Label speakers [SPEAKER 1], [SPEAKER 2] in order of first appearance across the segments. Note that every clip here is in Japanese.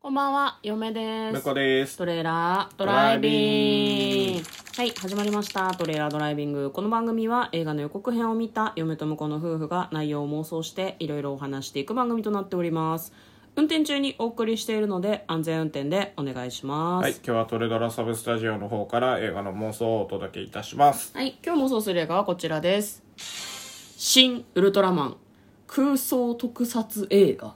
[SPEAKER 1] こんばんは、嫁で
[SPEAKER 2] む
[SPEAKER 1] す
[SPEAKER 2] こ。です。
[SPEAKER 1] トレーラードラ
[SPEAKER 2] ラ
[SPEAKER 1] イ
[SPEAKER 2] イ
[SPEAKER 1] ビ
[SPEAKER 2] ビ
[SPEAKER 1] ン
[SPEAKER 2] ン
[SPEAKER 1] グ。はい、始まりました。トレーラードライビング。この番組は映画の予告編を見た嫁と婿の夫婦が内容を妄想していろいろお話していく番組となっております。運転中にお送りしているので安全運転でお願いします。
[SPEAKER 2] はい、今日はトレドラサブスタジオの方から映画の妄想をお届けいたします。
[SPEAKER 1] はい、今日もそうする映画はこちらです。新ウルトラマン空想特撮映画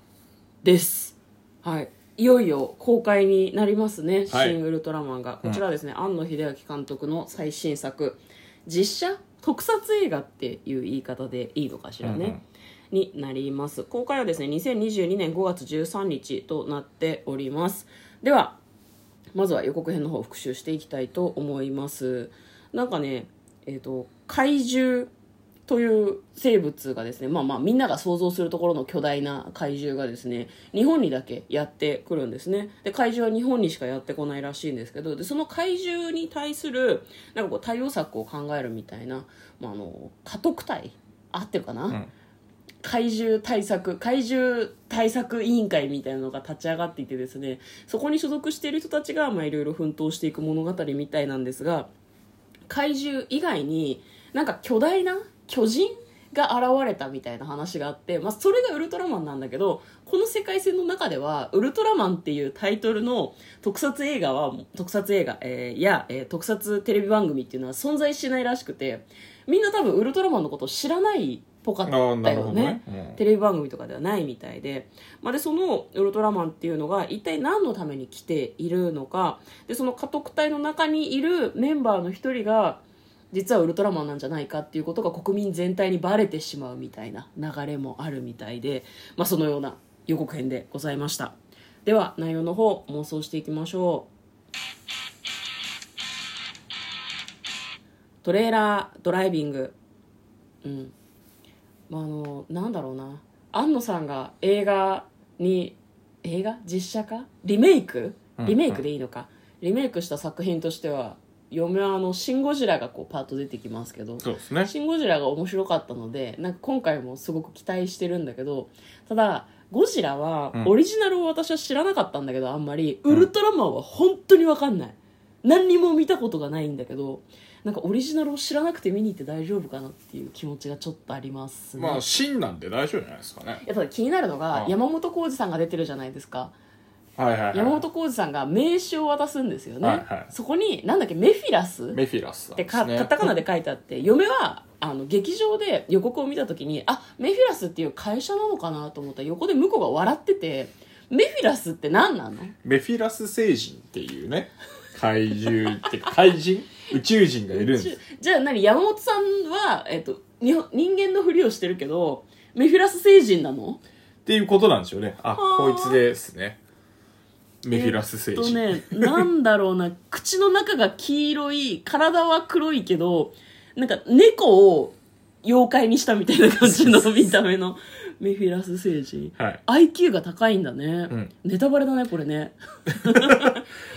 [SPEAKER 1] です。はい。いよいよ公開になりますね、
[SPEAKER 2] はい
[SPEAKER 1] 新ウルトラマンが。こちらですね、庵野秀明監督の最新作、実写特撮映画っていう言い方でいいのかしらね。
[SPEAKER 2] うんうん
[SPEAKER 1] になります公開はですね2022年5月13日となっておりますではまずは予告編の方を復習していきたいと思いますなんかねえっ、と怪獣という生物がですねまあまあみんなが想像するところの巨大な怪獣がですね日本にだけやってくるんですねで怪獣は日本にしかやってこないらしいんですけどでその怪獣に対するなんかこう対応策を考えるみたいな、まあ、あの家督隊合ってるかな、
[SPEAKER 2] ん
[SPEAKER 1] 怪獣対策怪獣対策委員会みたいなのが立ち上がっていてですねそこに所属している人たちがまあいろいろ奮闘していく物語みたいなんですが怪獣以外になんか巨大な巨人が現れたみたいな話があって、まあ、それがウルトラマンなんだけどこの世界線の中では「ウルトラマン」っていうタイトルの特撮映画は特撮映画、えーや、えー特撮テレビ番組っていうのは存在しないらしくてみんな多分ウルトラマンのことを知らないっぽかった
[SPEAKER 2] あ
[SPEAKER 1] よ
[SPEAKER 2] あ、なるほどね。うん
[SPEAKER 1] テレビ番組とかではないみたいで,、まあ、でそのウルトラマンっていうのが一体何のために来ているのかでその家督隊の中にいるメンバーの一人が実はウルトラマンなんじゃないかっていうことが国民全体にバレてしまうみたいな流れもあるみたいで、まあ、そのような予告編でございましたでは内容の方妄想していきましょうトレーラードライビングうんまあ、あのなんだろうな庵野さんが映画に映画実写化リメイク
[SPEAKER 2] うん
[SPEAKER 1] リメイクでいいのか、リメイクした作品としては嫁はあの「シン・ゴジラ」がこうパーッと出てきますけど
[SPEAKER 2] そうですね。
[SPEAKER 1] シン・ゴジラが面白かったのでなんか今回もすごく期待してるんだけどただゴジラは
[SPEAKER 2] うん
[SPEAKER 1] オリジナルを私は知らなかったんだけど、あんまりウルトラマンは本当に分かんない何にも見たことがないんだけどなんかオリジナルを知らなくて見に行って大丈夫かなっていう気持ちがちょっとありますね、
[SPEAKER 2] まあ、シンなんて大丈夫じゃないですかね。
[SPEAKER 1] いやただ気になるのが
[SPEAKER 2] うん
[SPEAKER 1] 山本浩二さんが出てるじゃないですか
[SPEAKER 2] はいはいはい。
[SPEAKER 1] 山本浩二さんが名刺を渡すんですよね、
[SPEAKER 2] はいはい
[SPEAKER 1] そこになんだっけメフィラス
[SPEAKER 2] メフィラスさ
[SPEAKER 1] っ
[SPEAKER 2] ん
[SPEAKER 1] て
[SPEAKER 2] です
[SPEAKER 1] か、
[SPEAKER 2] ね。
[SPEAKER 1] カタカナで書いてあって嫁はあの劇場で予告を見た時にあメフィラスっていう会社なのかなと思ったら横で向こうが笑っててメフィラスって何なの
[SPEAKER 2] メフィラス星人っていうね、怪獣ってか、怪 人宇宙人がいるん
[SPEAKER 1] ち
[SPEAKER 2] で
[SPEAKER 1] ゅ
[SPEAKER 2] す。
[SPEAKER 1] じゃあ何山本さんは、えっと日本人間のふりをしてるけどメフィラス星人なの
[SPEAKER 2] っていうことなんでしょうね。あ、
[SPEAKER 1] ー
[SPEAKER 2] こいつですね。メフィラス星
[SPEAKER 1] えっと
[SPEAKER 2] 人。
[SPEAKER 1] ねなんだろう な口の中が黄色い体は黒いけどなんか猫を妖怪にしたみたいな感じの見た目のメフィラス星人
[SPEAKER 2] はい。
[SPEAKER 1] IQ が高いんだね、
[SPEAKER 2] ん
[SPEAKER 1] ネタバレだねこれね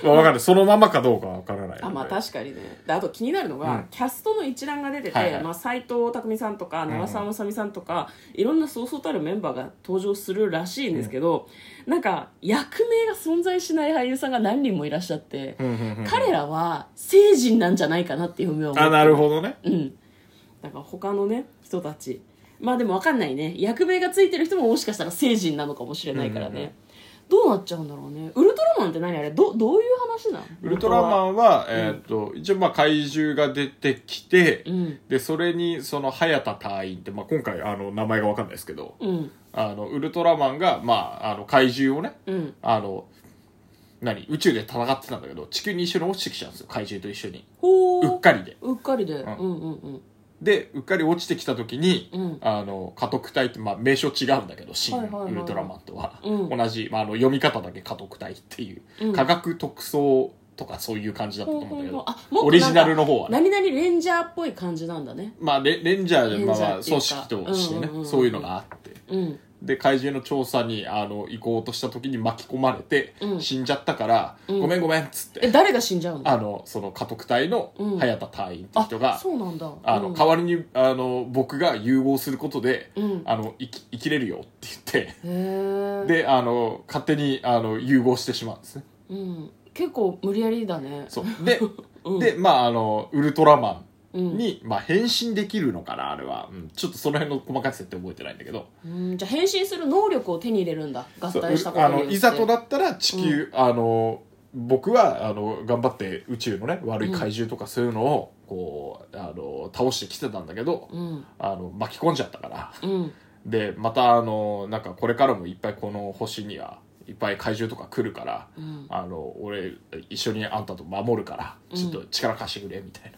[SPEAKER 2] まあ、わかる。そのままかどうかわからないので。
[SPEAKER 1] あまあ確かにねであと気になるのが、
[SPEAKER 2] うん
[SPEAKER 1] キャストの一覧が出てて、
[SPEAKER 2] はいはい
[SPEAKER 1] まあ、斎藤工さんとか長澤まさみさんとか、いろんなそうそうたるメンバーが登場するらしいんですけど、なんか役名が存在しない俳優さんが何人もいらっしゃって、
[SPEAKER 2] うんうんうん。
[SPEAKER 1] 彼らは成人なんじゃないかなっていうふうに思
[SPEAKER 2] あ、
[SPEAKER 1] う
[SPEAKER 2] なるほどね。
[SPEAKER 1] うんだから他のね人たちまあでも分かんないね役名がついてる人ももしかしたら成人なのかもしれないからね、
[SPEAKER 2] うんうんうん
[SPEAKER 1] どうなっちゃうんだろうねウルトラマンって何あれどどういう話なの
[SPEAKER 2] ウルトラマ
[SPEAKER 1] ン
[SPEAKER 2] ンは、えーっと、一応まあ怪獣が出てきて、
[SPEAKER 1] うん
[SPEAKER 2] で、それにその早田隊員って、まあ今回あの名前がわかんないですけど、
[SPEAKER 1] うん
[SPEAKER 2] あの、ウルトラマンが、まあ、あの怪獣をね、
[SPEAKER 1] うん
[SPEAKER 2] あの、何宇宙で戦ってたんだけど、地球に一緒に落ちてきちゃうんですよ、怪獣と一緒に。
[SPEAKER 1] ほ
[SPEAKER 2] う
[SPEAKER 1] う
[SPEAKER 2] っかりで。
[SPEAKER 1] うっかりで、うん、
[SPEAKER 2] ん
[SPEAKER 1] うんうん
[SPEAKER 2] で、うっかり落ちてきた時に、
[SPEAKER 1] うん
[SPEAKER 2] あの、家督隊って、まあ名称違うんだけど、新
[SPEAKER 1] はいはいはい
[SPEAKER 2] ウルトラマンとは。
[SPEAKER 1] うん
[SPEAKER 2] 同じ、まああの、読み方だけ家督隊っていう、
[SPEAKER 1] うん
[SPEAKER 2] 科学特捜とかそういう感じだったと
[SPEAKER 1] ほう
[SPEAKER 2] 思う
[SPEAKER 1] ほう
[SPEAKER 2] んだけ
[SPEAKER 1] ほう
[SPEAKER 2] ど、
[SPEAKER 1] あもっとなんか
[SPEAKER 2] オリジナルの方はね。
[SPEAKER 1] 何々レンジャーっぽい感じなんだね
[SPEAKER 2] まあレレンジャー
[SPEAKER 1] レ
[SPEAKER 2] で
[SPEAKER 1] ンジャー
[SPEAKER 2] ま
[SPEAKER 1] っ
[SPEAKER 2] あ
[SPEAKER 1] ていうか
[SPEAKER 2] まあ組織としてね、
[SPEAKER 1] うんうんうん
[SPEAKER 2] そういうのがあって
[SPEAKER 1] うん
[SPEAKER 2] で怪獣の調査にあの行こうとした時に巻き込まれて、
[SPEAKER 1] うん
[SPEAKER 2] 死んじゃったから、ごめんごめんっつって
[SPEAKER 1] え誰が死んじゃうの
[SPEAKER 2] あのその家督隊の
[SPEAKER 1] うん
[SPEAKER 2] 早田隊員って人が、
[SPEAKER 1] そうなんだ
[SPEAKER 2] あの
[SPEAKER 1] うん
[SPEAKER 2] 代わりにあの僕が融合することで、
[SPEAKER 1] うん
[SPEAKER 2] あの生き生きれるよって言って
[SPEAKER 1] へー
[SPEAKER 2] であの勝手にあの融合してしまうんですね
[SPEAKER 1] うん、結構無理やりだね
[SPEAKER 2] そうで
[SPEAKER 1] うん
[SPEAKER 2] でまああのウルトラマ
[SPEAKER 1] う
[SPEAKER 2] ン
[SPEAKER 1] ん、
[SPEAKER 2] に、まあ、変身できるのかなあれは、うん、ちょっとその辺の細かい設定覚えてないんだけど
[SPEAKER 1] うんじゃあ変身する能力を手に入れるんだ合
[SPEAKER 2] そう
[SPEAKER 1] 体したこと
[SPEAKER 2] あ
[SPEAKER 1] によ
[SPEAKER 2] の
[SPEAKER 1] って
[SPEAKER 2] いざとなったら地球、あの僕はあの頑張って宇宙のね悪い怪獣とかそういうのをこうあの倒してきてたんだけど、
[SPEAKER 1] うん
[SPEAKER 2] あの巻き込んじゃったから
[SPEAKER 1] うん
[SPEAKER 2] でまたあのなんかこれからもいっぱいこの星にはいっぱい怪獣とか来るから、
[SPEAKER 1] うん
[SPEAKER 2] あの俺一緒にあんたと守るからちょっと力貸してくれみたい
[SPEAKER 1] へ
[SPEAKER 2] な、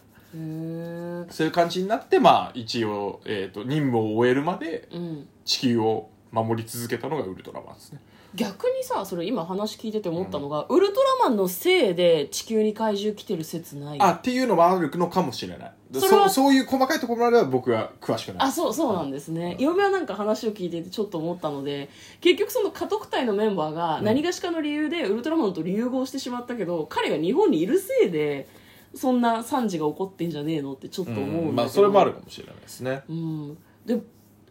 [SPEAKER 1] ー
[SPEAKER 2] そういう感じになってまあ一応、えー、と任務を終えるまで
[SPEAKER 1] うん
[SPEAKER 2] 地球を守り続けたのがウルトラマンですね
[SPEAKER 1] 逆にさそれ今話聞いてて思ったのが、ウルトラマンのせいで地球に怪獣来てる説ない
[SPEAKER 2] あっていうのもあるのかもしれないで
[SPEAKER 1] それは
[SPEAKER 2] うそういう細かいところまでは僕は詳しくない
[SPEAKER 1] あそうそうなんですね、嫁はなんか話を聞いていてちょっと思ったので結局その家督隊のメンバーが何がしかの理由でウルトラマンと融合してしまったけど、彼が日本にいるせいでそんな惨事が起こってんじゃねえのってちょっと
[SPEAKER 2] うん
[SPEAKER 1] 思うんだけど、
[SPEAKER 2] まあそれもあるかもしれないですね
[SPEAKER 1] うんで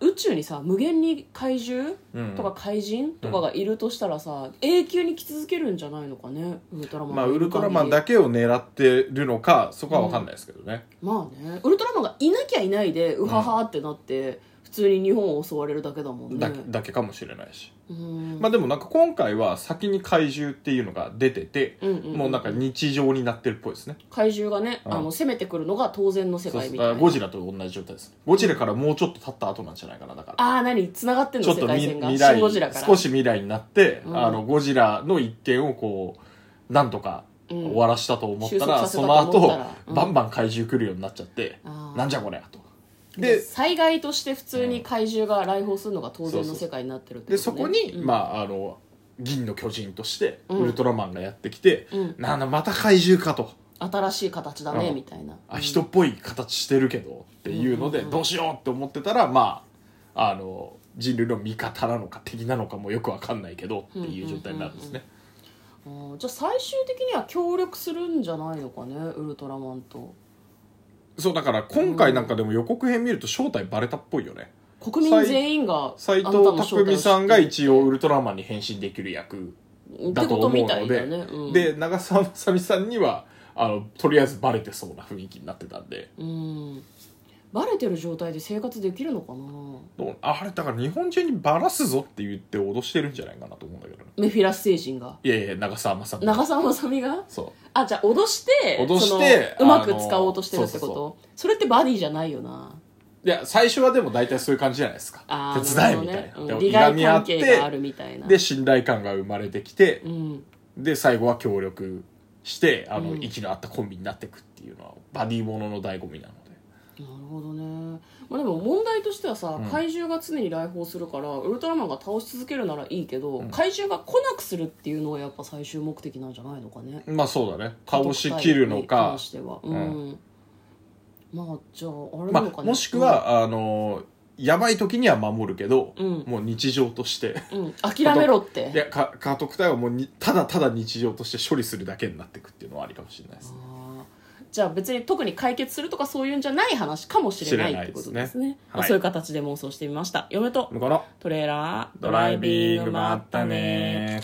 [SPEAKER 1] 宇宙にさ無限に怪獣
[SPEAKER 2] うん
[SPEAKER 1] とか怪人とかがいるとしたらさ、永久に来続けるんじゃないのかねウルトラマン
[SPEAKER 2] ま
[SPEAKER 1] が
[SPEAKER 2] あ
[SPEAKER 1] い
[SPEAKER 2] ウ
[SPEAKER 1] る限り
[SPEAKER 2] ルトラマンだけを狙ってるのかそこは分かんないですけどね、
[SPEAKER 1] まあねウルトラマンがいなきゃいないでうははってなって、普通に日本を襲われるだけだもんね
[SPEAKER 2] だだけかもしれないし、
[SPEAKER 1] うん
[SPEAKER 2] まあでもなんか今回は先に怪獣っていうのが出てて、
[SPEAKER 1] うんうんうん
[SPEAKER 2] もうなんか日常になってるっぽいですね
[SPEAKER 1] 怪獣がね、
[SPEAKER 2] うん
[SPEAKER 1] あの攻めてくるのが当然の世
[SPEAKER 2] そうそ
[SPEAKER 1] 界
[SPEAKER 2] う
[SPEAKER 1] み
[SPEAKER 2] だ
[SPEAKER 1] た
[SPEAKER 2] か
[SPEAKER 1] い
[SPEAKER 2] ら
[SPEAKER 1] な
[SPEAKER 2] ゴジラと同じ状態ですねゴジラからもうちょっと経った後なんじゃないかなだから
[SPEAKER 1] ああ何つながってん
[SPEAKER 2] ち
[SPEAKER 1] の
[SPEAKER 2] ょっ
[SPEAKER 1] 世
[SPEAKER 2] と
[SPEAKER 1] 界
[SPEAKER 2] み
[SPEAKER 1] 線が
[SPEAKER 2] 未
[SPEAKER 1] シ
[SPEAKER 2] 来
[SPEAKER 1] ン・ゴジラから
[SPEAKER 2] 少し未来になって、
[SPEAKER 1] うん
[SPEAKER 2] あのゴジラの一件をこうなんとか
[SPEAKER 1] うん
[SPEAKER 2] 終わらしたと思った
[SPEAKER 1] 収束
[SPEAKER 2] ら、
[SPEAKER 1] させたと
[SPEAKER 2] その
[SPEAKER 1] 思ったら
[SPEAKER 2] 後、
[SPEAKER 1] うん
[SPEAKER 2] バンバン怪獣来るようになっちゃって
[SPEAKER 1] あー
[SPEAKER 2] なんじゃこりゃと
[SPEAKER 1] で
[SPEAKER 2] で
[SPEAKER 1] 災害として普通に怪獣が来訪するのが当然の世界になってるって
[SPEAKER 2] で
[SPEAKER 1] と
[SPEAKER 2] そ
[SPEAKER 1] ね
[SPEAKER 2] こに、
[SPEAKER 1] うん
[SPEAKER 2] まああの銀の巨人として
[SPEAKER 1] うん
[SPEAKER 2] ウルトラマンがやってきて、
[SPEAKER 1] うん
[SPEAKER 2] なんだまた怪獣かと
[SPEAKER 1] 新しい形だね
[SPEAKER 2] うん
[SPEAKER 1] みたいな
[SPEAKER 2] あ人っぽい形してるけどっていうので、どうしようって思ってたらまああの人類の味方なのか敵なのかもよくわかんないけどっていう状態になるんですね、
[SPEAKER 1] うんじゃあ最終的には協力するんじゃないのかねウルトラマンと
[SPEAKER 2] そうだから今回なんかでも予告編見ると正体バレたっぽいよね
[SPEAKER 1] 国民全員が
[SPEAKER 2] 斎
[SPEAKER 1] あ
[SPEAKER 2] 藤
[SPEAKER 1] なたの正体を知って
[SPEAKER 2] 工さんが一応ウルトラマンに変身できる役だと思うの
[SPEAKER 1] ってことみたい
[SPEAKER 2] で、
[SPEAKER 1] だねうん
[SPEAKER 2] で長澤まさみさんにはあのとりあえずバレてそうな雰囲気になってたんで
[SPEAKER 1] うんバレてる状態で生活できるのかな
[SPEAKER 2] どうあれだから日本中にバラすぞって言って脅してるんじゃないかなと思うんだけどね
[SPEAKER 1] メフィラス星人が
[SPEAKER 2] いやいや長澤まさみ
[SPEAKER 1] 長澤まさみが
[SPEAKER 2] そう
[SPEAKER 1] あじゃあ脅して
[SPEAKER 2] 脅して
[SPEAKER 1] そのうまく
[SPEAKER 2] あの
[SPEAKER 1] 使おうとしてるってこと
[SPEAKER 2] そう
[SPEAKER 1] そ
[SPEAKER 2] そう
[SPEAKER 1] れってバディじゃないよない
[SPEAKER 2] や最初はでも大体そういう感じじゃないですか
[SPEAKER 1] あー
[SPEAKER 2] 手伝え
[SPEAKER 1] るほ
[SPEAKER 2] み
[SPEAKER 1] どね
[SPEAKER 2] たいな、
[SPEAKER 1] うん
[SPEAKER 2] でも
[SPEAKER 1] 利
[SPEAKER 2] いが
[SPEAKER 1] 害
[SPEAKER 2] み合
[SPEAKER 1] 関
[SPEAKER 2] って
[SPEAKER 1] 係があるみたいな
[SPEAKER 2] で信頼感が生まれてきて
[SPEAKER 1] う、ん
[SPEAKER 2] で最後は協力してあの、
[SPEAKER 1] うん
[SPEAKER 2] 息の合ったコンビになっていくっていうのはバディものの醍醐味なので
[SPEAKER 1] なるほどね、まあ、でも問題としてはさ、
[SPEAKER 2] ん
[SPEAKER 1] 怪獣が常に来訪するからウルトラマンが倒し続けるならいいけど、怪獣が来なくするっていうのはやっぱ最終目的なんじゃないのかね
[SPEAKER 2] まあそうだね倒しきる
[SPEAKER 1] 家
[SPEAKER 2] の
[SPEAKER 1] 族対に関
[SPEAKER 2] か、
[SPEAKER 1] してはうん、まあじゃああれなの
[SPEAKER 2] ま
[SPEAKER 1] か
[SPEAKER 2] あ、
[SPEAKER 1] ね、
[SPEAKER 2] もしくは、あのやばい時には守るけど、
[SPEAKER 1] うん
[SPEAKER 2] もう日常として
[SPEAKER 1] うん、うん諦めろっ
[SPEAKER 2] い
[SPEAKER 1] て
[SPEAKER 2] やか家督隊はもうにただただ日常として処理するだけになっていくっていうのはありかもしれないですね
[SPEAKER 1] あーじゃあ別に特に解決するとかそういうんじゃない話かもしれないってことです
[SPEAKER 2] 知れ
[SPEAKER 1] ね
[SPEAKER 2] ないですね
[SPEAKER 1] まあ
[SPEAKER 2] はい
[SPEAKER 1] そういう形で妄想してみました嫁と
[SPEAKER 2] 向こうの
[SPEAKER 1] トレーラー
[SPEAKER 2] ドライビングもあったね